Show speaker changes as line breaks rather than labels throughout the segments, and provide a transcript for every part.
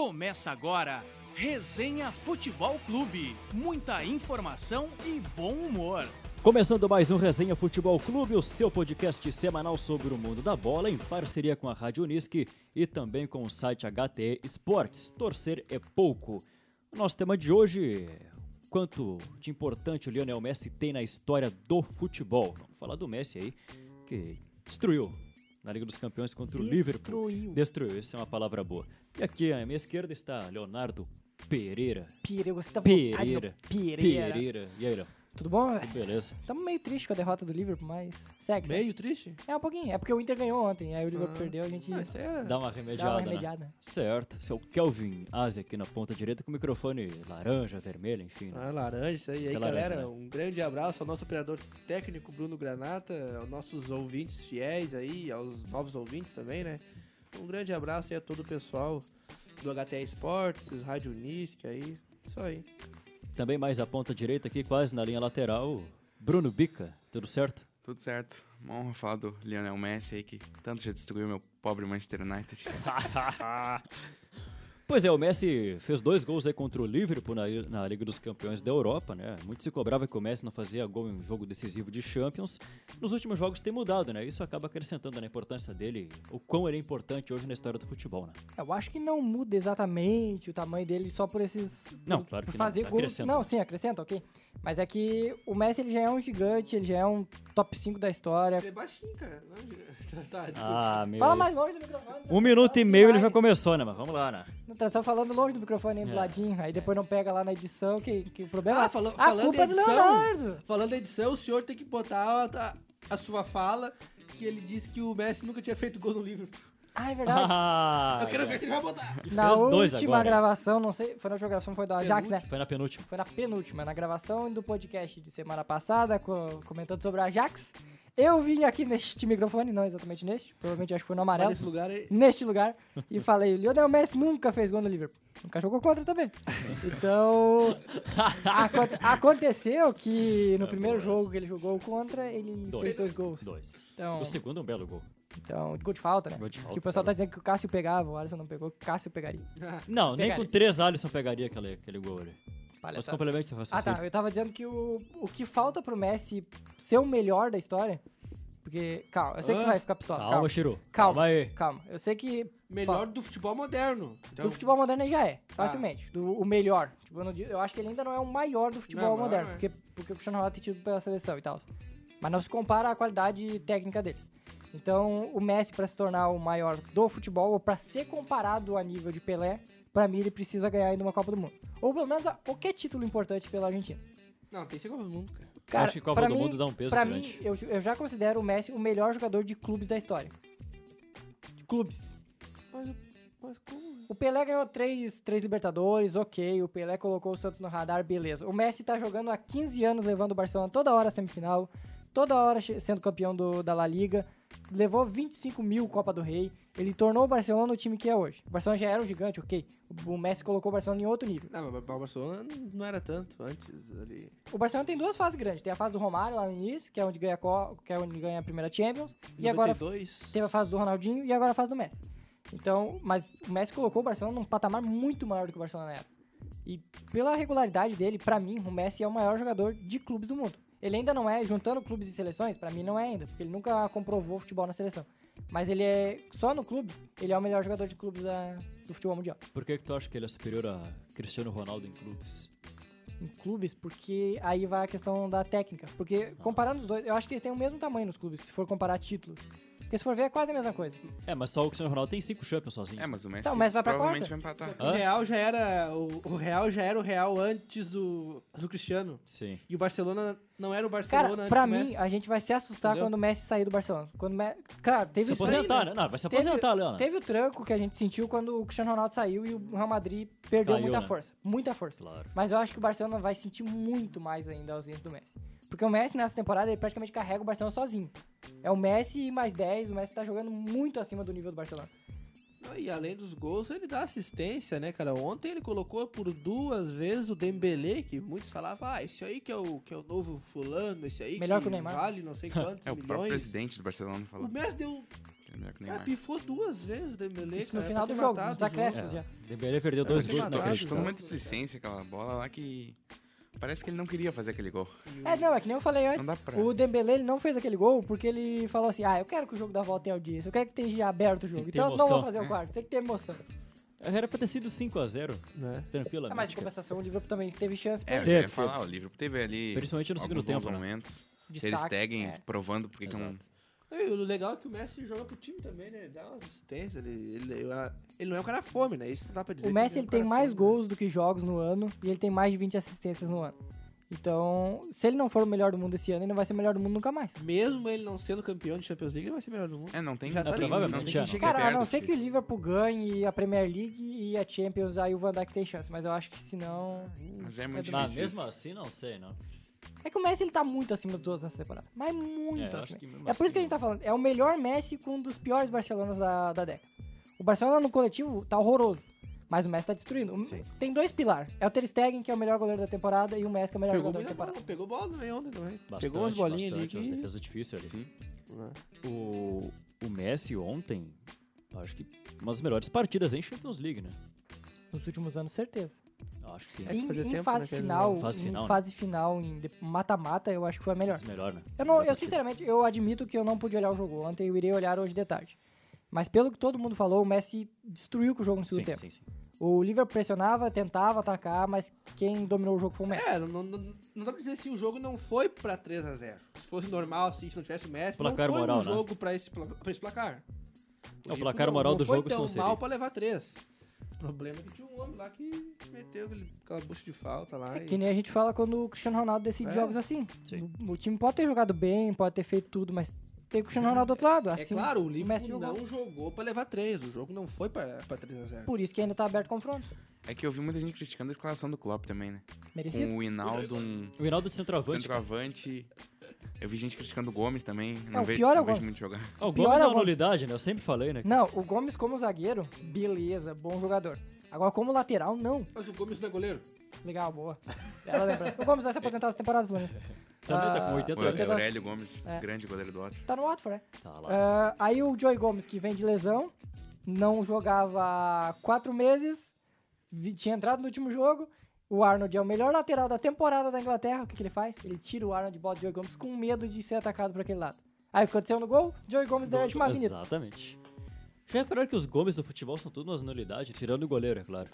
Começa agora Resenha Futebol Clube. Muita informação e bom humor.
Começando mais um Resenha Futebol Clube, o seu podcast semanal sobre o mundo da bola, em parceria com a Rádio Unisque e também com o site HTE Esportes. Torcer é pouco. O nosso tema de hoje é quanto de importante o Lionel Messi tem na história do futebol. Vamos falar do Messi aí, que destruiu na Liga dos Campeões contra o Liverpool.
Destruiu.
Destruiu, essa é uma palavra boa. E aqui à minha esquerda está Leonardo Pereira.
Pira, eu gostei da vontade
Pereira.
do Pereira.
E aí, Léo?
Tudo bom?
Que beleza.
Tamo meio triste com a derrota do Liverpool, mas segue. segue.
Meio triste?
É um pouquinho, é porque o Inter ganhou ontem, aí o Liverpool perdeu, a gente
Ah, isso é...
Dá uma
dá
remediada,
uma
né?
remediada.
Certo. Seu Kelvin Aze aqui na ponta direita com o microfone laranja, vermelho, enfim. né?
Ah, laranja, isso aí. E aí,
é laranja,
galera,
né?
um grande abraço ao nosso operador técnico Bruno Granata, aos nossos ouvintes fiéis aí, aos novos ouvintes também, né? Um grande abraço aí a todo o pessoal do HTE Esportes, Rádio Unisc aí. Isso aí.
Também mais à ponta direita aqui, quase na linha lateral, Bruno Bica. Tudo certo?
Tudo certo. Uma honra falar do Lionel Messi aí, que tanto já destruiu meu pobre Manchester United.
Pois é, o Messi fez dois gols aí contra o Liverpool na, na Liga dos Campeões da Europa, né? Muito se cobrava que o Messi não fazia gol em um jogo decisivo de Champions. Nos últimos jogos tem mudado, né? Isso acaba acrescentando na importância dele, o quão ele é importante hoje na história do futebol, né?
Eu acho que não muda exatamente o tamanho dele só por esses. por-
Não, claro
por
que não,
fazer
só
gols.
acrescenta.
Não, sim, acrescenta, ok. Mas é que o Messi ele já é um gigante, ele já é um top 5 da história.
É baixinho, cara. Não, tá,
Ah, meu...
Fala mais longe do microfone.
Um
Tranção,
minuto e
assim,
meio ele já
mais.
começou, né? Mas vamos lá, né?
Não, tá só falando longe do microfone aí do
É,
ladinho, aí depois não pega lá na edição, que, que o problema
Ah, falou-
a
falando
culpa é
em
do
edição.
Leonardo.
Falando da edição, o senhor tem que botar a, a- a sua fala que ele disse que o Messi nunca tinha feito gol no Liverpool.
Ah, é verdade.
Ah,
Eu quero
é.
ver se ele vai botar.
na
fez dois
última
agora.
gravação, não sei, foi na última gravação, foi do Ajax, né?
Foi na penúltima.
Foi na penúltima, na gravação do podcast de semana passada, co- comentando sobre o Ajax. Eu vim aqui neste microfone, não exatamente neste, provavelmente acho que foi no
Mas
amarelo,
Nesse lugar é aí.
neste lugar, e falei, Lionel Messi nunca fez gol no Liverpool. Nunca jogou contra também. Então, aconte- aconteceu que no primeiro
boa essa.
jogo que ele jogou contra, ele fez
Dois.
dois gols.
Dois.
Então,
O segundo é um belo gol.
então, gol de falta, né?
Gol de falta,
que o pessoal tá
cara.
dizendo que o Cássio pegava, o Alisson não pegou, que o Cássio pegaria.
Não, nem
Pegaria.
com três Alisson pegaria aquele, aquele gol ali. Mas
Palhaçada.
complemente seu
Ah,
raciocínio.
tá. Eu tava dizendo que o, o que falta pro Messi ser o melhor da história. Porque, calma, eu sei que tu
Hã?
vai ficar pistola.
Calma,
Calma, calma.
Chiru.
Calma.
aí.
Eu sei que
Melhor do futebol moderno. Então,
do futebol moderno ele já é,
Tá.
facilmente. Do, o melhor. Tipo, eu, não digo- eu acho que ele ainda não é o maior do futebol
Não, maior
moderno.
não é.
Porque, porque o Cristiano Ronaldo tem tido pela seleção e tal. Mas não se compara à qualidade técnica deles. Então, o Messi, pra se tornar o maior do futebol, ou pra ser comparado a nível de Pelé, pra mim ele precisa ganhar ainda uma Copa do Mundo. Ou pelo menos a- qualquer título importante pela Argentina.
Não, tem que ser Copa do Mundo, cara.
Cara,
Acho que Copa
pra
do
mim-
Mundo dá um peso
pra
gigante.
mim, eu, eu já considero o Messi o melhor jogador de clubes da história. De clubes.
Mas, mas como?
O Pelé ganhou três, três Libertadores, ok. O Pelé colocou o Santos no radar, beleza. O Messi tá jogando há 15 anos, levando o Barcelona toda hora à semifinal, toda hora che- sendo campeão do- da La Liga. Levou 25 mil Copa do Rei. Ele tornou o Barcelona o time que é hoje. O Barcelona já era um gigante, ok. O, o Messi colocou o Barcelona em outro nível.
Não, mas o Barcelona não era tanto antes ali.
O Barcelona tem duas fases grandes. Tem a fase do Romário lá no início, que é onde ganha a, co que é onde ganha a primeira Champions. E agora
92.
teve a fase do Ronaldinho e agora a fase do Messi. Então, mas o Messi colocou o Barcelona num patamar muito maior do que o Barcelona era. E pela regularidade dele, pra mim, o Messi é o maior jogador de clubes do mundo. Ele ainda não é, juntando clubes e seleções, pra mim não é ainda, porque ele nunca comprovou futebol na seleção. Mas ele é, só no clube, ele é o melhor jogador de clubes da- do futebol mundial.
Por que, que tu acha que ele é superior a Cristiano Ronaldo em clubes?
Em clubes, porque aí vai a questão da técnica. Porque comparando os dois, eu acho que eles têm o mesmo tamanho nos clubes, se for comparar títulos. Porque se for ver, é quase a mesma coisa.
É, mas só o Cristiano Ronaldo tem cinco Champions sozinho.
É, mas o Messi
Então, o Messi vai pra
provavelmente
quarta.
vai empatar.
O Real já era o, o Real já era o Real antes do, do Cristiano.
Sim.
E o Barcelona não era o Barcelona
Cara,
antes
pra
do
mim,
Messi.
a gente vai se assustar
Entendeu?
quando o Messi sair do Barcelona. Quando o Me- Cara, teve
Se
isso aí,
aposentar,
né?
né? Não, vai se
Teve-
aposentar, Leona.
Teve o tranco que a gente sentiu quando o Cristiano Ronaldo saiu e o Real Madrid perdeu
Caiu,
muita
né?
força. Muita força.
Claro.
Mas eu acho que o Barcelona vai sentir muito mais ainda a ausência do Messi. Porque o Messi nessa temporada ele praticamente carrega o Barcelona sozinho. É o Messi e mais 10, o Messi tá jogando muito acima do nível do Barcelona.
Não, E além dos gols, ele dá assistência, né, cara? Ontem ele colocou por duas vezes o Dembele, que muitos falavam, ah, esse aí que é o, que é o novo fulano, esse aí
Melhor
que,
que o Neymar.
vale não sei quantos
É, o próprio
milhões.
presidente do Barcelona
O
falou.
Messi deu
É melhor que o
Ah,
Neymar.
pifou duas vezes o Dembele,
Isso no
cara, é
final
pra
do
ter
jogo,
matado
nos
o jogo.
acréscimos já.
O Dembele perdeu dois
É, mas
gols
que matado,
Toda uma
naquele
né?
displicência aquela bola lá que. Parece que ele não queria fazer aquele gol.
É, não, é que nem eu falei antes.
Não dá pra.
O Dembele ele não fez aquele gol porque ele falou assim: ah, eu quero que o jogo da volta tenha audiência, eu quero que tenha aberto o jogo.
que ter
Então eu não vou
emoção.
É.
fazer o quarto, tem que ter emoção.
Era pra ter sido 5x0,
Né?
É, mas
tranquilamente.
em
cara.
compensação, o Liverpool também teve chance
É,
pra
eu já
Teve,
ia falar, o livro teve ali.
Principalmente no
alguns
segundo
bons
tempo, né?
momentos. Eles
destaque.
tagging,
é.
provando porque que é um.
Exato.
É, e o legal é que o Messi joga pro time também, né? Ele dá umas assistências, ele, ele, ele, ele não é um cara fome, né? Isso não dá pra
O
dizer. que
Messi
é um
ele tem
cara
mais
fome,
né?
gols do que jogos no ano e ele tem mais de 20 assistências no ano. Então, se ele não for o melhor do mundo esse ano, ele não vai ser o melhor do mundo nunca mais.
né? Mesmo ele não sendo campeão de Champions League, ele vai ser melhor do mundo.
É, não tem.
Já tá
não tem-
provavelmente,
não tem
já.
quem chegue
Cara, a
perto,
não ser que o
filho.
Liverpool ganhe a Premier League e a Champions, aí o Van Dijk tem chance. Mas eu acho que se não...
Mas
Tá
já é muito
Ah,
difícil.
mesmo assim, não sei, não.
É que o Messi ele tá muito acima dos outros nessa temporada. Mas muito
É, eu acho
acima.
que mesmo
É por isso que a
assim,
gente tá falando. É o melhor Messi com um dos piores Barcelonas da, da década. O Barcelona no coletivo tá horroroso. Mas o Messi tá destruindo. O-
Sim.
Tem dois pilares. É o Ter Stegen, que é o melhor goleiro da temporada, e o Messi, que é o melhor
Pegou,
jogador da
muita bola,
né?
temporada.
pegou bola também ontem, também.
bastante,
Pegou umas bolinhas
bastante, umas
ali.
defesa difícil ali.
Sim.
Que... Né?
O, o Messi ontem, acho que uma das melhores partidas em Champions League, né?
Nos últimos anos, certeza.
Eu acho que sim.
É,
em
fazia
em
tempo,
fase
né, que ele
final,
não- Fase
em
final, né?
fase final, em de- mata-mata, eu acho que foi a melhor.
Mas melhor, né?
Eu, não,
Melhor
eu
partida.
sinceramente, eu admito que eu não pude olhar o jogo ontem, eu irei olhar hoje de tarde. Mas pelo que todo mundo falou, o Messi destruiu com o jogo no segundo
Sim,
tempo.
sim, sim.
O Liverpool pressionava, tentava atacar, mas quem dominou o jogo foi o Messi.
É, não, não, não- não dá pra dizer se o jogo não foi pra 3x0. Se fosse normal, assim, se não tivesse o Messi,
Placar
não foi
moral,
um
né?
jogo pra, esse, pla- pra esse placar.
É, o
Liverpool
placar
não-
moral
não
do
foi
jogo
tão
só
mal
seria.
pra levar 3. O problema é que tinha um homem lá que meteu aquele- aquela bucha de falta lá.
É
e-
que nem a gente fala quando o Cristiano Ronaldo decide
É.
jogos assim.
Sim.
O, o time pode ter jogado bem, pode ter feito tudo, mas tem o Cristiano Ronaldo do outro lado.
É
Assim,
claro, o
Messi
Liverpool
jogou.
não jogou pra levar 3. O jogo não foi pra, pra 3x0.
Por isso que ainda tá aberto o confronto.
É que eu vi muita gente criticando a escalação do Klopp também, né?
Merecido.
Com o Hinaldo, um
O Hinaldo de centroavante.
centroavante. Eu vi gente criticando o Gomes também. Não,
Não, o
ve-
pior é o
não vejo
Gomes.
muito jogar.
Ah, o
Pior
Gomes é
é o
uma
Gomes.
nulidade, né? Eu sempre falei, né?
Não, o Gomes como zagueiro, beleza, bom jogador. Agora como lateral, não.
Mas o Gomes não é goleiro?
Legal, boa. Bela lembrança. O Gomes vai se aposentar essa temporada, pelo menos.
Também tá com
Ah,
80
O
Aurélio-
anos.
Aurélio Gomes,
É.
grande goleiro do Otto.
Tá no Watford, né?
Tá lá.
Ah, aí o Joey Gomes, que vem de lesão, não jogava há quatro meses, vi- tinha entrado no último jogo. O Arnold é o melhor lateral da temporada da Inglaterra. O que, que ele faz? Ele tira o Arnold de bola do Joey Gomes com medo de ser atacado por aquele lado. Aí o que aconteceu no gol? Joey Gomes deu a última vinheta.
Exatamente. Já repararam que os Gomes do futebol são tudo umas nulidades, tirando o goleiro, é claro.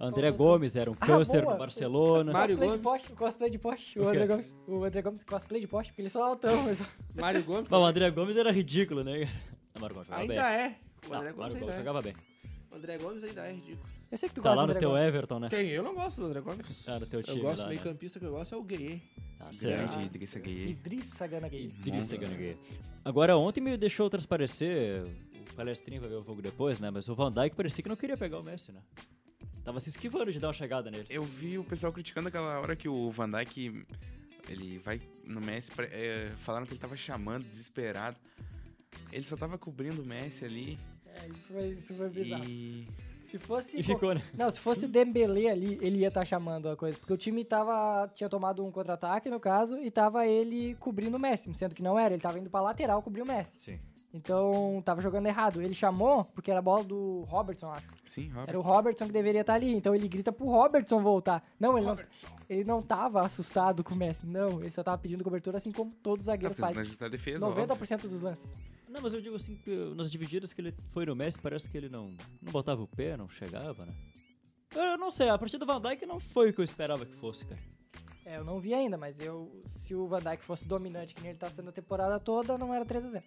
André
Qual que é o
Gomes era um
Ah,
câncer
boa.
no Barcelona.
cosplay de
Mário Gomes.
poste, o cosplay de poste, o,
O quê?
André Gomes. O André Gomes cosplay de poste, porque ele só é altão. Mas...
Mário Gomes?
Bom, o André Gomes era ridículo, né? Não, Mário Gomes jogava
ainda
bem.
é. O
Não,
André Gomes
Mário
ainda
Gomes
é.
jogava bem.
O André Gomes ainda é ridículo.
Eu sei que tu
Tá
gosta
lá
do
no
André
teu
Gomes.
Everton, né?
Quem? Eu não gosto do André Gomes.
Ah, no teu
Eu
time
gosto,
lá,
meio
né?
campista que eu gosto é o Gueye.
Tá
Ah.
certo.
Grande Idrissa Gueye.
Idrissa Ganaguei.
Idrissa
Monstro.
Gueye. Agora, ontem me deixou transparecer, o palestrinho vai ver o jogo depois, né? Mas o Van Dijk parecia que não queria pegar o Messi, né? Tava se esquivando de dar uma chegada nele.
Eu vi o pessoal criticando aquela hora que o Van Dijk, ele vai no Messi, pra- é, falaram que ele tava chamando, desesperado. Ele só tava cobrindo o Messi ali
É, isso foi, isso foi bizarro.
e...
Se fosse.
E ficou, né?
Não, se fosse o Dembele ali, ele ia estar chamando a coisa. Porque o time tava, tinha tomado um contra-ataque, no caso, e tava ele cobrindo o Messi, sendo que não era. Ele tava indo pra lateral cobrir o Messi.
Sim.
Então, tava jogando errado. Ele chamou, porque era a bola do Robertson, eu acho.
Sim,
Era o
Robert.
Robertson que deveria estar ali. Então, ele grita pro Robertson voltar. Não, ele não, ele não tava assustado com o Messi. Não, ele só tava pedindo cobertura, assim como todo zagueiro
Tá
faz.
tentando ajustar a defesa, óbvio.
90% dos lances.
Não, mas eu digo assim, que nas divididas que ele foi no Messi, parece que ele não, não botava o pé, não chegava, né? Eu não sei, a partida do Van Dijk não foi o que eu esperava que fosse, cara.
É, eu não vi ainda, mas eu, se o Van Dijk fosse dominante, que nem ele tá sendo a temporada toda, não era 3x0.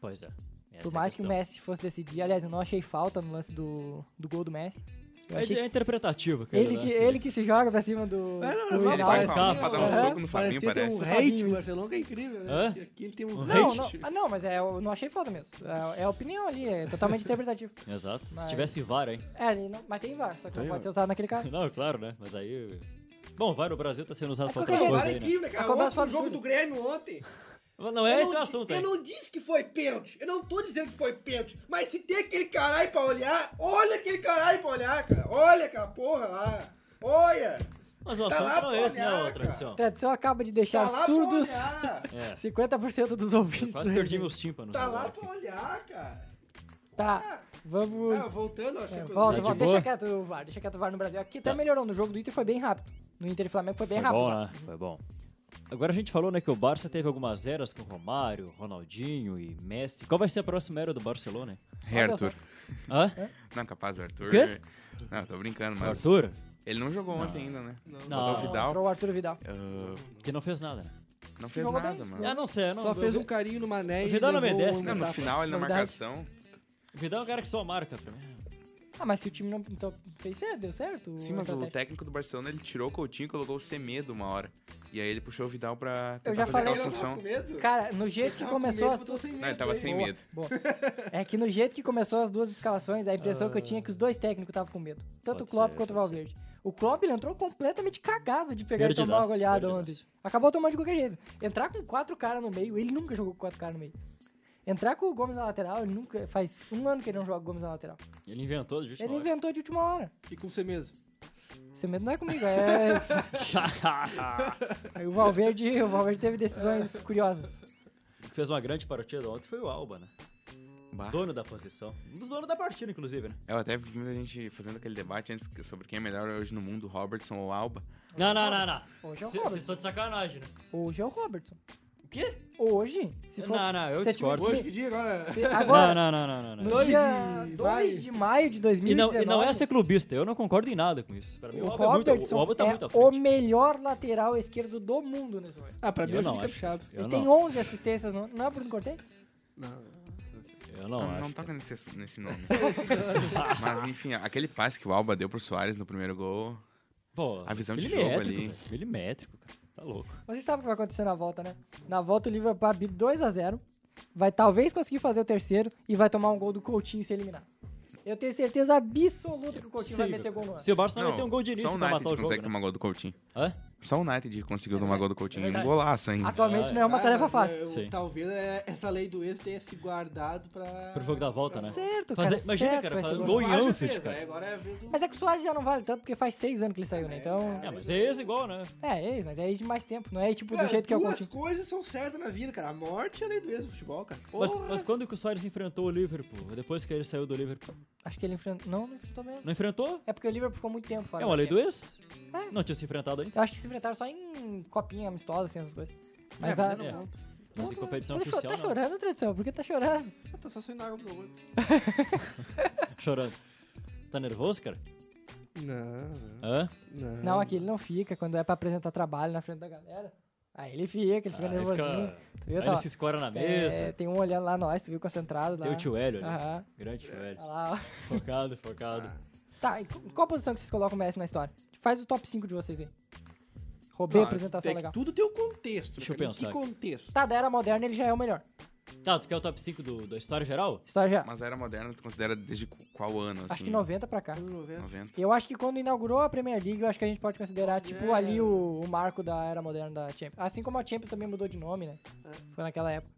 Pois é. Essa
Por
é a
mais que o
questão.
Messi fosse decidir, aliás, eu não achei falta no lance do, do gol do Messi. Eu
É,
achei
de- é
que
interpretativo, assim. cara.
ele, que, ele que se joga pra cima do,
Ah, não,
do
não,
Ele vai
Ronaldo.
com
Tá,
a mão pra dar um
aham.
soco no Fabinho,
Parecia ter
parece.
um
parece.
hate,
Fabinho,
o
isso.
Barcelona que é incrível, né?
Hã?
Aqui ele tem um,
Um
Não,
hate.
não, ah, não, mas é, eu não achei falta mesmo. É, é a opinião ali, é totalmente interpretativo.
Exato. Se
Mas-
tivesse VAR, hein?
É, ele não- mas tem VAR, só que não
Tem,
pode
ó.
ser usado naquele caso.
Não, claro, né? Mas aí... Bom, VAR no Brasil tá sendo usado
É
pra
qualquer
outras
jeito.
coisas
Cara,
aí,
é
né?
incrível, né,
A um
cara?
cobrança
Ontem,
foi
o
absurda.
jogo do Grêmio ontem.
Não é
eu
esse o
não,
assunto
Eu
aí.
não disse que foi pênalti. Eu não tô dizendo que foi pênalti. Mas se tem aquele caralho pra olhar, olha aquele caralho pra olhar, cara. Olha aquela porra lá. Olha.
Mas o
Tá
assunto
lá
não
pra
é esse,
olhar,
né, ô,
cara.
tradição?
A tradição acaba de
Tá
deixar
lá
surdos
pra olhar.
É.
50% dos ouvintes.
Quase perdi meus tímpanos. né,
Tá
agora
lá
aqui.
pra olhar, cara.
Tá, vamos.
Ah, voltando, acho
É,
que eu-
volta,
Tá de
volta.
boa?
Deixa quieto o VAR, deixa quieto o VAR no Brasil. Aqui até
Tá.
melhorou, no jogo do Inter foi bem rápido. No Inter e Flamengo foi bem
Foi
rápido.
bom,
o
né?
VAR.
Foi bom. Agora a gente falou, né, que o Barça teve algumas eras com Romário, Ronaldinho e Messi. Qual vai ser a próxima era do Barcelona? hein?
Hey,
Olha
Arthur.
Hã?
Não, capaz, o Arthur.
Quê?
Não, tô brincando, mas.
Arthur?
Ele não jogou ontem ainda, né?
Não.
Botar o Vidal.
Entrou o Arthur Vidal.
Ah,
Que não fez nada, né?
não fez
jogou
nada,
bem.
mano.
Ah, não sei. eu Não,
Só fez
o
um carinho no Mané
O
e
Vidal não
levou
merece,
um
Não, né, no
tapa.
final ele na
Verdade.
marcação.
Vidal é um cara que só marca pra mim.
Ah, mas se o time não então, fez certo, deu certo.
Sim,
a
mas o
estratégia.
técnico do Barcelona ele tirou o Coutinho e colocou o Semedo uma hora. E aí ele puxou o Vidal pra tentar
já
fazer
falei-
aquela
Ele não tava
função.
com medo?
Cara, no jeito
Ele
que
tava com
começou
medo,
as
botou sem
Não, ele tava
aí.
sem
Boa.
medo.
Boa. É que no jeito que começou as duas escalações, a impressão que eu tinha é que os dois técnicos estavam com medo. Tanto o
Pode
Klopp
ser,
quanto o
pode
Valverde. O Klopp ele entrou completamente cagado de pegar e tomar uma
Perdidaço,
goleada ontem.
perdidaço.
Acabou tomando de qualquer jeito. Entrar com quatro caras no meio, ele nunca jogou com quatro caras no meio. Entrar com o Gomes na lateral, ele nunca. Faz um ano que ele não joga o Gomes na lateral.
Ele inventou de última
Ele
hora.
inventou de última hora.
E com você mesmo.
Esse medo não é comigo, é. Aí o Valverde, o Valverde teve decisões curiosas.
que fez uma grande partida ontem foi o Alba, né?
Bah.
Dono da posição. Um dos donos da partida, inclusive, né?
Eu até vi muita gente fazendo aquele debate antes que- sobre quem é melhor hoje no mundo, Robertson ou Alba.
Não, não, não, não.
Hoje é o
Vocês
Robertson.
estão de sacanagem, né?
Hoje é o Robertson.
O quê?
Hoje, se fosse.
não, não, eu
se
discordo.
tivesse-
Hoje, que dia agora?
se- agora,
Não, não, não, não, não. não.
No
Dois
dia
de
2
maio.
de maio de
E não,
2019.
e não é ser clubista, eu não concordo em nada com isso. Pra mim,
O
Alba é muito-
Robertson
o Alba tá
é
muito à
o
frente.
melhor lateral esquerdo do mundo nesse momento.
Ah, pra mim
Eu
hoje
não
fica
acho.
puxado.
Eu
Ele
não,
tem 11 assistências, não, não é Bruno Cortez?
Não.
eu não,
não,
acho.
Ah,
é.
não tá toca nesse, nesse nome. Mas enfim, aquele passe que o Alba deu pro Soares no primeiro gol.
Pô,
A visão de
milimétrico,
jogo ali.
velho, Milimétrico, cara. Tá louco.
Vocês sabem o que vai acontecer na volta, né? Na volta o Liverpool abrir 2x0, vai talvez conseguir fazer o terceiro e vai tomar um gol do Coutinho e ser eliminado. Eu tenho certeza absoluta que o Coutinho vai
Possível,
meter gol no
cara.
ano.
Se o Barça não,
Não,
meter um gol de
só
início
o
pra matar o
United
jogo.
consegue
né? É
tomar gol do Coutinho.
Hã?
Só o United conseguiu tomar gol do Coutinho. um
verdade.
golaço ainda.
Atualmente não é uma
Ah,
tarefa
mas,
fácil.
eu-
Sim.
Talvez é, essa lei do ex tenha se guardado pra...
Pro jogo da volta, né?
Certo,
Fazer-
cara.
imagina,
certo,
cara,
vai ser
fazer um
gol.
gol em
Suárez já
Anfield,
fez,
cara.
aí Agora é a vez do...
Mas é que o Soares já não vale tanto porque faz 6 anos que ele saiu, né? Então.
É, mas é esse igual, né?
É, é, mas é de mais tempo, não é tipo do
Cara,
jeito que é o
duas
Coutinho.
coisas são certas na vida, cara. A morte é a lei do ex do futebol, cara.
Mas,
Porra.
mas quando que o Soares enfrentou o Liverpool? Depois que ele saiu do Liverpool.
Acho que ele enfrentou. Não, não enfrentou mesmo.
Não enfrentou?
É porque o Liverpool ficou muito tempo fora.
É uma
da
lei do
Champions.
ex?
É.
Não tinha se enfrentado ainda.
Eu acho que se enfrentaram só em copinha amistosa, assim, essas coisas. Mas
é,
a-
mas não conta.
Mas em
Tá-
competição
tá, cho-
oficial,
Tá chorando, tradição? Por que tá chorando?
Ah, Tá só saindo água pro olho.
não. Chorando. Tá nervoso, cara?
Não, não,
Hã?
não.
Não, aqui ele não fica. Quando é pra apresentar trabalho na frente da galera, aí ele fica, ele fica
Aí
nervosinho.
fica-
Tu viu?
Aí
Tá,
ele
lá.
se escora na
é,
mesa.
tem um olhando lá nós, tu viu, concentrado lá.
Tem o tio Hélio ali.
Aham.
Grande tio Hélio.
Olha lá, ó.
Focado, focado.
Ah.
Tá, e qu- qual posição que vocês colocam o Messi na história? Faz o top 5 de vocês aí. Roubei a
Não,
apresentação
tem que
legal.
Tudo tem um contexto.
Deixa eu
cara.
pensar
Que
aqui.
contexto?
Tá, da era moderna ele já é o melhor.
Tá, tu quer o top 5 do, da história geral?
História já.
Mas a era moderna tu considera desde cu- qual ano? Assim?
acho que 90 pra cá.
Anos 90.
90.
Eu acho que quando inaugurou a Premier League, eu acho que a gente pode considerar, tipo,
É.
ali o, o marco da era moderna da Champions. Assim como a Champions também mudou de nome, né?
É.
Foi naquela época.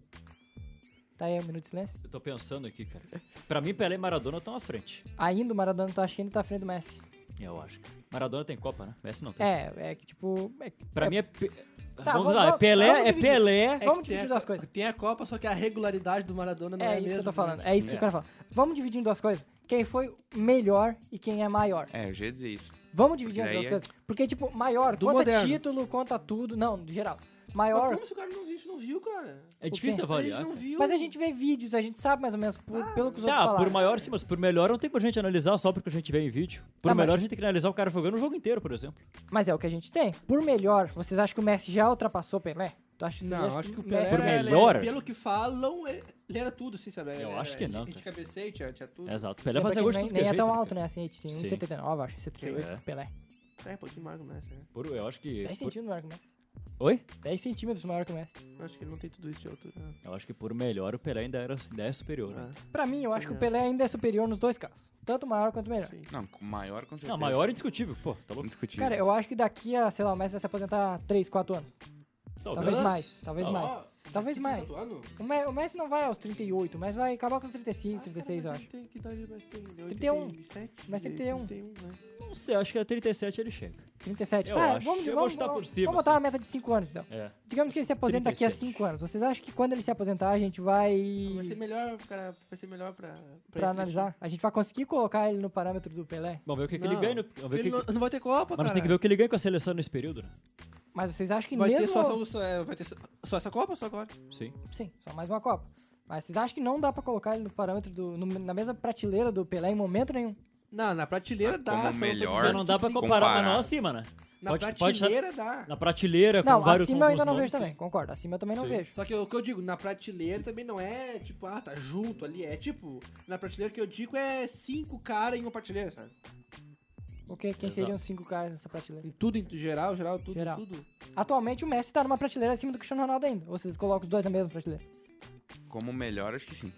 Tá aí, um minuto de silêncio.
Eu tô pensando aqui, cara. Pra mim, Pelé e Maradona estão à frente.
Ainda o Maradona, tu acha que ainda tá à frente do Messi.
Eu acho. cara. Maradona tem Copa, né? Messi não tem.
É, é que, tipo... é que-
Pra
é-
mim é. Pe-
Tá,
vamos
vamos-
lá,
vamos-
Pelé
vamos
é
dividir.
Pelé.
É
Vamos
que
dividir
tem a
duas
co-
coisas.
Tem a Copa, só que a regularidade do Maradona não é,
É,
a
isso que eu
mesma,
tô falando.
né?
É isso que eu
É.
quero falar. Vamos dividir em duas coisas. Quem foi melhor e quem é maior.
É, eu já ia dizer isso.
Vamos dividir em
Né,
Daí
duas
é-
coisas. Porque, tipo, maior,
Do
conta
moderno.
título, conta tudo. Não, do geral.
Mas
Maior...
como se o cara não viu, a gente não viu, cara?
É difícil
A gente
avaliar.
não
cara.
viu.
Mas a gente vê vídeos, a gente sabe mais ou menos por- pelo que os outros
Tá,
falaram.
por maior sim, mas por melhor não tem pra gente analisar só porque a gente vê em vídeo. Por
Tá, mas-
melhor a gente tem que analisar o cara jogando o jogo inteiro, por exemplo.
Mas é o que a gente tem. Por melhor, vocês acham que o Messi já ultrapassou o Pelé? Tu acha, vocês acham
Não, acho que o
Messi-
Pelé,
Por
ele-
melhor?
pelo que falam, ele era tudo, assim, sabe?
Eu
Era-
acho que não,
Ele
cara.
tinha cabeceio, tinha, tinha tudo.
Exato. Pelé
É porque
fazia gol de
nem,
tudo que
nem é
jeito,
tão
né,
alto,
cara?
né? Assim, a gente tem
Sim.
1,79, acho. 1,78,
É.
Pelé.
É, um pouquinho mais que o Messi, né?
Por- eu acho que.
10
por-
centímetros maior que o Messi.
Oi?
10 centímetros maior que o Messi.
Eu Acho que ele não tem tudo isso de altura. né?
Eu acho que por melhor o Pelé ainda, era, ainda é superior. né?
Ah,
Pra mim, eu acho que o
Também
Pelé ainda é superior nos dois casos. Tanto maior quanto melhor.
sim.
Não, com maior com certeza.
Não, maior é indiscutível. Pô, tá louco.
Indiscutível.
Cara, eu acho que daqui a, sei lá, o Messi vai se aposentar 3, 4 anos.
Talvez.
Talvez mais, talvez
Não.
mais.
Ó,
Talvez
que
mais.
tanto ano?
O Me- o Messi não vai aos 38, mas vai acabar com os 35, 36, eu
Ah, cara, mas
acho.
ele Tem, que idade o Messi tem? Ele é
31.
87,
Messi tem
ele é 31, né?
Não sei, acho que a 37 ele chega.
37.
Eu
tá,
acho.
vamos,
Eu vou
vamos,
chutar por
vamos,
cima,
vamos botar
assim.
uma meta de 5 anos, então.
É.
Digamos que ele se aposenta daqui a
37.
5 anos. Vocês acham que quando ele se aposentar, a gente vai...
Vai ser né? melhor, cara, vai ser melhor pra...
Pra analisar? A gente vai conseguir colocar ele no parâmetro do Pelé?
Vamos ver o que, que
Não.
ele ganha. no- Vamos ver o
Ele
que
não,
que-
não vai ter Copa,
Mas
cara.
você tem que ver o que ele ganha com a seleção nesse período, né?
Mas vocês acham que
Vai
mesmo...
ter só, só- só- é, vai ter só, só essa Copa ou só agora?
Sim.
Sim, só mais uma Copa. Mas vocês acham que não dá pra colocar ele no parâmetro do... no- na mesma prateleira do Pelé em momento nenhum?
Não, na prateleira
Ah,
dá.
como
só não tô
melhor.
dizendo
Só não
que
dá pra
tem-
comparar, mas
comparar.
não acima, né?
Na
Pode- pode-
prateleira dá.
Na prateleira, com
não,
vários
acima eu
com
ainda
alguns
não vejo
nomes,
também,
sim.
concordo. Acima eu também não
Sim.
vejo.
Só que o que eu digo, na prateleira também não é tipo, ah, tá junto ali. É tipo, na prateleira que eu digo é cinco caras em uma prateleira, sabe?
O que? Quem
Exato.
seriam os cinco caras nessa prateleira?
Em tudo, em geral, geral, tudo,
Geral.
tudo.
Atualmente o Messi tá numa prateleira acima do Cristiano Ronaldo ainda. Ou vocês colocam os dois na mesma prateleira?
Como melhor, acho que sim.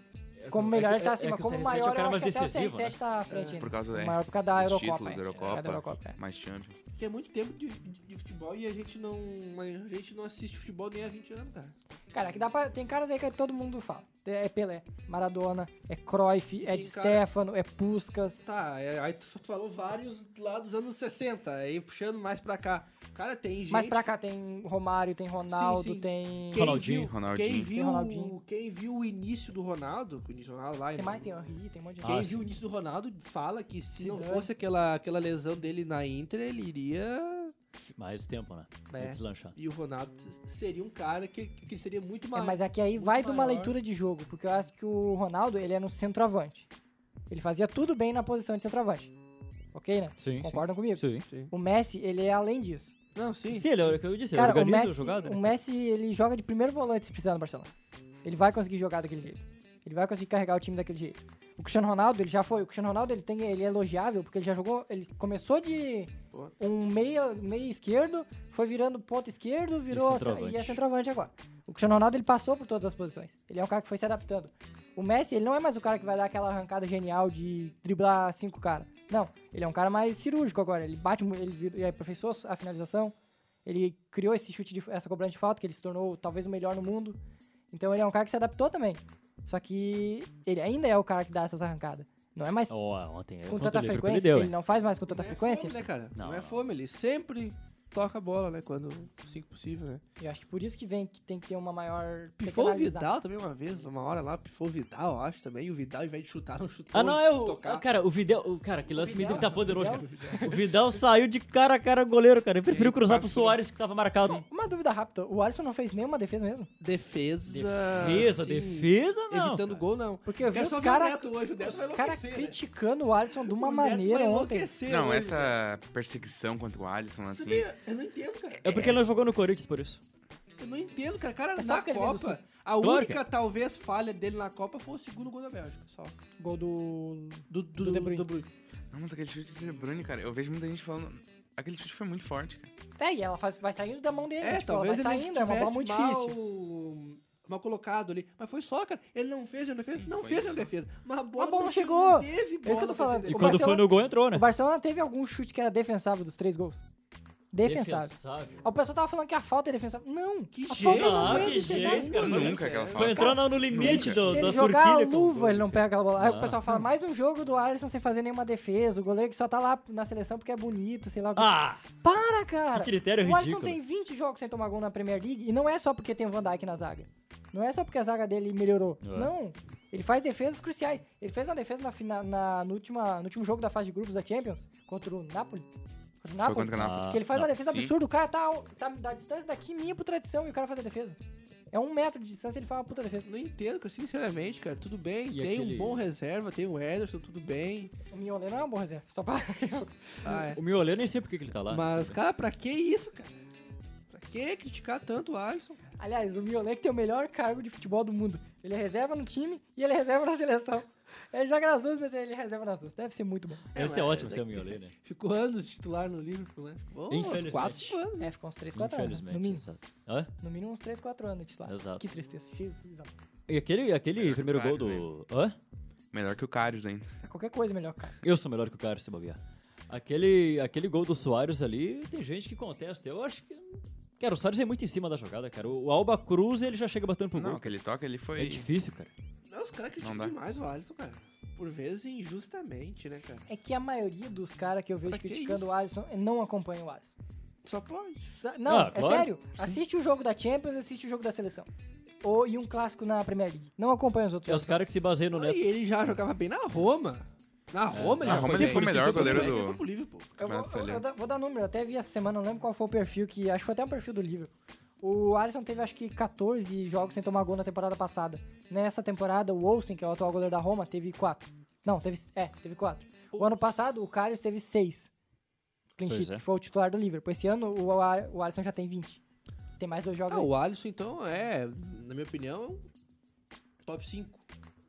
Como melhor
é,
ele tá
é
acima,
que o
como
CR7 é o
maior
cara
eu acho
mais
que até o
decisivo, né?
CR7 tá à frente ainda.
É, Por causa da
O maior por causa da
dos
Eurocopa.
títulos,
ainda.
Eurocopa,
É, da Eurocopa, é.
mais Champions.
Que é muito tempo de, de- de futebol e a gente não. mas A gente não assiste futebol nem há 20 anos, cara.
é. Cara, que dá pra, tem caras aí que todo mundo fala. É Pelé, Maradona, é Cruyff, é
Tem
Di
cara-
Stefano, é Puskas.
Tá, é, aí tu, tu falou vários lá dos anos 60, aí puxando mais pra cá. Cara, tem gente.
Mas pra cá tem Romário, tem Ronaldo,
sim.
tem...
Quem
Ronaldinho,
viu,
Ronaldinho.
Quem
Tem
viu,
Ronaldinho.
quem viu o início do Ronaldo, o início do Ronaldo lá em-
Tem mais, tem Henry, tem um monte de
Quem
gente.
Ah,
viu o início do Ronaldo fala que se não
Zidane.
fosse aquela, aquela lesão dele na Inter, ele iria.
Mais tempo, né?
É.
É. Deslanchar.
E o Ronaldo seria um cara que, que seria muito
É,
mais.
mas é que aí
muito
vai de uma
maior.
leitura de jogo, porque eu acho que o Ronaldo, ele era um centroavante. Ele fazia tudo bem na posição de centroavante. Ok, né?
Sim,
Concordam comigo?
sim.
O Messi, ele é além disso.
Não, sim.
Sim. Sim, ele é o que eu disse, ele
Cara, o
organiza
Messi,
o jogado. né?
o Messi, ele joga de primeiro volante se precisar no Barcelona. Ele vai conseguir jogar daquele jeito. Ele vai conseguir carregar o time daquele jeito. O Cristiano Ronaldo, ele já foi. O Cristiano Ronaldo, ele, tem, ele é elogiável, porque ele já jogou... Ele começou de
Pô.
um meia, meia esquerdo, foi virando ponto esquerdo, virou...
centroavante.
E é centroavante agora. O Cristiano Ronaldo, ele passou por todas as posições. Ele é um cara que foi se adaptando. O Messi, ele não é mais o cara que vai dar aquela arrancada genial de driblar cinco caras. Não, ele é um cara mais cirúrgico agora. Ele bate, mu- ele vir- ele aperfeiçoou a finalização, ele criou esse chute, de, essa cobrança de falta, que ele se tornou talvez o melhor no mundo. Então ele é um cara que se adaptou também. Só que ele ainda é o cara que dá essas arrancadas. Não é mais
Ó, ontem,
com
ontem
tanta
eu lembro que ele
frequência,
deu,
ele
hein?
não faz mais com
Não
tanta
é
frequência.
fome, né, cara?
Não,
Não, é
não.
fome, ele sempre toca a bola, né? Quando assim que possível, né?
E eu acho que por isso que vem que tem que ter uma maior. tem que
Pifou o
analisar.
Vidal também uma vez, numa hora lá, pifou o Vidal, eu acho também. E o Vidal, ao invés de chutar, não chutou.
Ah, não, é o.
tocar.
ah, Cara, o Vidal. o- Cara, que lance me deu que tá poderoso,
Vidal.
cara. O Vidal saiu de cara a cara goleiro, cara. Ele preferiu cruzar pro
passou.
Soares que tava marcado.
Uma dúvida rápida: o Alisson não fez nenhuma defesa mesmo?
Defesa.
Defesa,
assim,
defesa não.
Evitando
cara.
gol, não.
Porque eu vi
Quero
os
só ver o
caras
Neto hoje, o Neto vai
cara
enlouquecer, né?
criticando o Alisson de uma
O Neto
maneira
vai
ontem.
enlouquecer
Não,
hoje, velho.
essa perseguição contra o Alisson,
Eu
assim.
também- Eu não entendo, cara.
É porque ele não jogou no Corinthians, por isso.
Eu não entendo, cara. Cara,
É só
na
porque ele veio do
Copa, a
Claro,
única,
cara.
talvez, falha dele na Copa foi o segundo gol da Bélgica, só.
Gol do.
Do, do,
Do De Bruyne.
Não, mas aquele chute de Bruyne, cara, eu vejo muita gente falando. Aquele chute foi muito forte, cara.
É, e ela faz, vai saindo da mão dele.
É,
né? tipo,
talvez
ela vai
ele
saindo, é uma bola muito
mal,
difícil.
mal colocado ali. Mas foi só, cara. Ele não fez, ele não fez,
Sim,
não
foi
fez
isso.
a defesa. Mas a bola
A bola
não
chegou. É
Não teve bola
que eu tô
pra
falando.
E
defender.
O
quando foi
Barcelona-
no gol, entrou, né?
O Barcelona teve algum chute que era defensável dos três gols. é Defensável.
Defensável.
O pessoal tava falando que a falta é defensável. Não!
Que
a
jeito,
falta não
Ah,
é
que
defensável.
jeito, cara.
Nunca,
Nunca aquela
cara.
falta.
Foi entrar no limite
Nunca.
do,
Se ele
da
jogar a
forquilha. com o
luva,
gol.
ele não pega aquela bola. Aí o
Ah.
pessoal fala, mais um jogo do Alisson sem fazer nenhuma defesa. O goleiro que só tá lá na seleção porque é bonito, sei lá. o quê.
Ah,
Para, cara!
que critério
O Alisson
É ridículo.
tem 20 jogos sem tomar gol na Premier League e não é só porque tem o Van Dijk na zaga. Não é só porque a zaga dele melhorou.
É.
Não. Ele faz defesas cruciais. Ele fez uma defesa na, fina- na- no, última, no último jogo da fase de grupos da Champions contra o Napoli. Contra o
Foi
Napoli.
contra o Napoli.
Que ele faz
não,
uma defesa
sim.
absurda. O cara tá, tá da distância daqui minha pro tradição e o cara faz a defesa. É um metro de distância ele faz uma puta defesa.
Não entendo, cara. Sinceramente, cara. Tudo bem.
E
tem
aquele-
um bom reserva, tem o Ederson, tudo bem.
O Mignolet não é um bom reserva. Só pra...
Ah, é.
O Miolê, eu nem sei por que que ele tá lá.
Mas, cara, pra que isso, cara? Pra que criticar tanto o Alisson?
Aliás, o Mignolet que tem o melhor cargo de futebol do mundo. Ele é reserva no time e ele é reserva na seleção. Ele joga nas duas, mas ele é reserva nas duas. Deve ser muito bom.
Deve ser
mas-
é ótimo ser o Miolê, né?
Ficou anos titular no Liverpool, né? Ficou uns
Infelizmente.
4, 5 anos. né?
É, ficou uns 3, 4 anos. né? No
Infelizmente,
mínimo,
exato. Hã?
no mínimo uns 3, 4 anos de titular.
Exato.
Que tristeza. Jesus. amado.
E aquele, aquele
Melhor
primeiro
que
gol
o
do. Hã?
Melhor que o Karius ainda.
É Qualquer coisa melhor, cara.
Eu sou melhor que o cara se bobear. Aquele, aquele gol do Soares ali, tem gente que contesta. Eu acho que. Cara, o Soares é muito em cima da jogada, cara. O o Alba Cruz, Uhum. ele já chega batendo pro
Não,
gol.
aquele toque ali
É
foi.
difícil, cara.
Não, os caras criticam
Não dá.
demais o Alisson, cara. por vezes injustamente, né, cara?
É que a maioria dos caras que eu vejo
Pra que
criticando
isso?
o Alisson não acompanha o Alisson.
Só pode.
Sa- Não,
Ah,
é
claro.
sério. Assiste o jogo da Champions, assiste o jogo da seleção. Ou, e um clássico na Premier League. Não acompanha os outros.
É os
jogos.
caras que se baseiam no
Ah,
Neto.
e ele já jogava bem na Roma. Na Roma ele
É, Na
já
Roma
foi
ele
bem.
foi o melhor
Tanto é que
goleiro
ele foi
do.
pro Liverpool.
Eu vou,
Campeonato
eu- eu
italiano.
da- vou dar número, eu até vi essa semana, não lembro qual foi o perfil que. Acho que foi até um perfil do livro. O Alisson teve acho que 14 jogos sem tomar gol na temporada passada. Nessa temporada, o Olsen, que é o atual goleiro da Roma, teve 4. Não, teve. É, teve 4. O ano passado, o Carlos teve 6. Clean
Pois
sheets,
é.
que foi o titular do Liverpool. Esse ano, o, Al- o Alisson já tem 20. Tem mais dois jogos
Ah,
aí.
o Alisson, então, é, na minha opinião, top 5.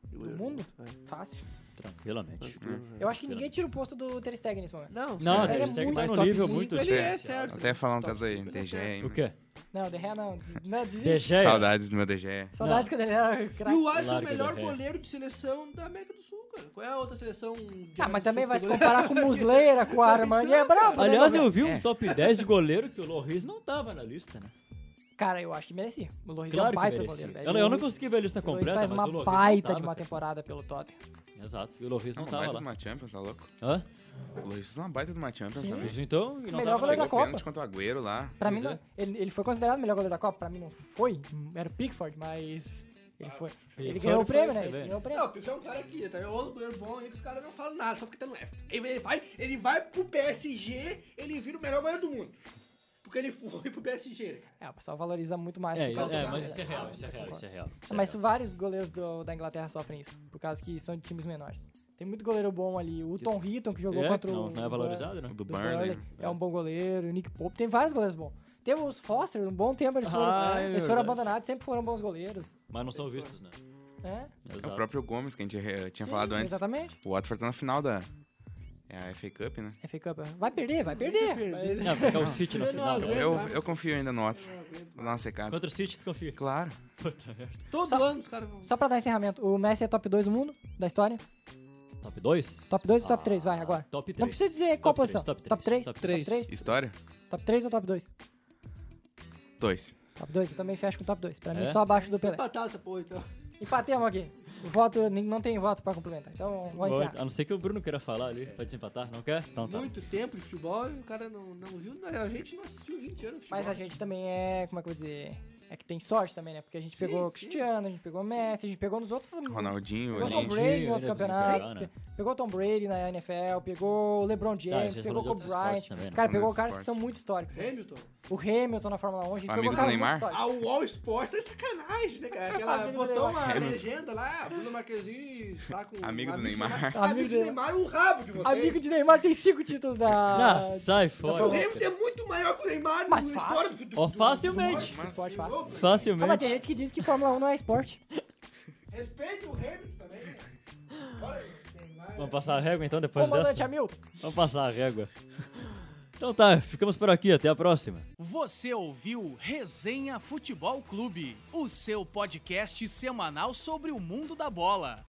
Do mundo?
É.
Fácil.
Tranquilamente.
Eu acho que ninguém tira o posto do Ter Stegen nesse momento.
Não,
Não, sério,
Ter
ele é
Stegen
muito-
tá
mas
num
top
nível
cinco
muito
ele é,
diferente.
certo.
Até falar um
Top
caso aí,
cinco ele é
DG
certo.
aí.
né? O é. quê?
hum. Não, De Gea não. Des- não desiste.
De Gea.
Saudades do meu DG.
Saudades quando ele era
E
craque.
o Alisson é o
Larga
melhor
da ré.
goleiro de seleção da América do Sul, cara. Qual é a outra seleção? de América
Ah, mas
do
também
Sul
vai
que
se
tem
comparar com o Musleira, com o Armani, é brabo. né,
Aliás,
meu?
eu vi um
É.
top 10 de goleiro que o Loris não tava na lista, né?
Cara, eu acho que merecia. O Loris é um
Claro que
baita
merecia.
goleiro, velho.
Eu, eu não consegui ver a lista
O Loris
completa,
faz
mas
uma
o Loris não
baita
tava,
de uma
cara.
temporada pelo Tottenham.
Exato, e o Loris não
Não, baita
tava
de
lá.
uma Champions, tá louco?
Hã?
O Luiz é uma baita de uma Champions também.
Mas Então, e não
Melhor
tava na
goleiro da
Pegou
lista.
Copa.
pênalti contra o Agüero lá.
Pra
Pois
mim, não-
é.
ele, ele foi considerado o melhor goleiro da Copa. Pra mim, não foi. Era o Pickford, mas... Ele foi. Ele
Pickford
ganhou o prêmio,
foi,
né?
foi
Ele
bem.
ganhou o prêmio.
Não, porque é um cara aqui, tá? É outro goleiro bom aí que os caras não fazem nada, só porque tá no left. Ele, ele vai, ele vai pro PSG, ele vira o melhor goleiro do mundo. Porque ele foi pro PSG, né, cara?
É, o pessoal valoriza muito mais.
É,
por causa
é,
do-
mas isso é real, isso é real, isso é real. isso é
Mas
real.
vários goleiros do- da Inglaterra sofrem isso, por causa que são de times menores. Tem muito goleiro bom ali. O Tom Heaton, que jogou
É,
contra
não,
o.
não é
o
valorizado, né?
O
do
do
Burnley.
Burnley.
É um bom goleiro, o Nick Pope, tem vários goleiros bons. Tem os Foster, um bom tempo eles foram,
Ah, é
eles foram
verdade.
abandonados, sempre foram bons goleiros.
Mas não são vistos, né?
né?
É o
Exato.
próprio Gomes, que a gente eh, tinha
Sim,
falado antes.
Exatamente.
O Watford tá na final da é a FA Cup, né?
FA Cup. é. Vai perder, vai perder.
Ele-
Não, porque é o City no final.
Não,
Eu, eu confio ainda no Watford. Vou dar uma secada.
Contra o City, tu confia.
Claro.
Todo
Só-
ano os caras vão.
Só pra dar encerramento, o Messi é top 2 do mundo, da história.
Top 2?
Top 2 ou top 3? Vai, agora.
Top 3.
Não precisa dizer qual
Top
posição.
três,
Top 3?
Top
três.
História?
Top 3 ou top 2?
Dois.
Top 2, eu também fecho com top 2. Pra mim,
É?
só abaixo do Pelé.
Empatar essa porra, então.
Empatemos aqui. O voto, nin- não tem voto pra complementar. Então,
Bom,
vou encerrar.
a não ser que o Bruno queira falar ali pra desempatar, não quer? Então tá.
Muito tempo de futebol e o cara não, não viu. não, A gente não assistiu 20 anos de futebol.
Mas a gente também é, como é que eu vou dizer? É que tem sorte também, né? Porque a gente
Sim,
pegou o
sim.
Cristiano, a gente pegou o Messi, a gente pegou nos outros.
Uhum. Ronaldinho,
Pegou o Tom
Olhinho.
Ronaldinho,
Brady em outros
ele é
campeonatos.
desempenhado,
pe- Pegou o Tom Brady na NFL, pegou o
Tá,
LeBron James,
já falou
pegou o
de
Kobe
outros
Bryant.
esportes também, né?
Cara, pegou
Falando de
caras que
esportes.
são muito históricos. né?
Hamilton.
O Hamilton na Fórmula 1, a gente
Amigo
pegou
do
caras
Neymar?
muito
A
históricos.
Wall Sport tá de sacanagem, né, cara? Que
Amigo
ela
do
botou uma
Neymar.
legenda lá, Bruno Marquezine tá com.
Amigo do Neymar.
Amigo do
Amigo de Neymar, o rabo de vocês.
Amigo de Neymar tem cinco títulos da.
Ah, sai
O
fora.
Neymar é muito maior que o Neymar
Mas
no
fácil.
história do futebol.
Ó, facilmente.
Mas-
Esporte fácil. Ah, mas tem
Facilmente.
gente que diz que Fórmula 1 não é esporte.
Respeita o Hamilton também, né? Olha aí, Neymar.
Vamos passar a régua então depois
Comandante
dessa?
Hamilton.
Vamos passar a régua. Então tá, ficamos por aqui, até a próxima.
Você ouviu Resenha Futebol Clube, o seu podcast semanal sobre o mundo da bola.